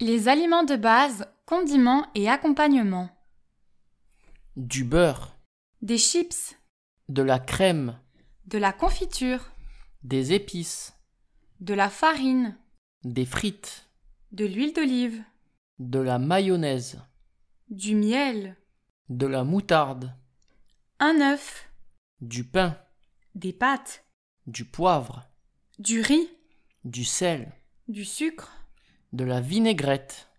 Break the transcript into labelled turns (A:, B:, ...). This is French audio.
A: Les aliments de base, condiments et accompagnements.
B: du beurre,
A: Des chips,
B: de la crème,
A: de la confiture,
B: des épices,
A: de la farine,
B: des frites,
A: de l'huile d'olive,
B: de la mayonnaise,
A: du miel,
B: de la moutarde,
A: un œuf,
B: du pain,
A: des pâtes,
B: du poivre,
A: du riz,
B: du sel,
A: du sucre,
B: de la vinaigrette,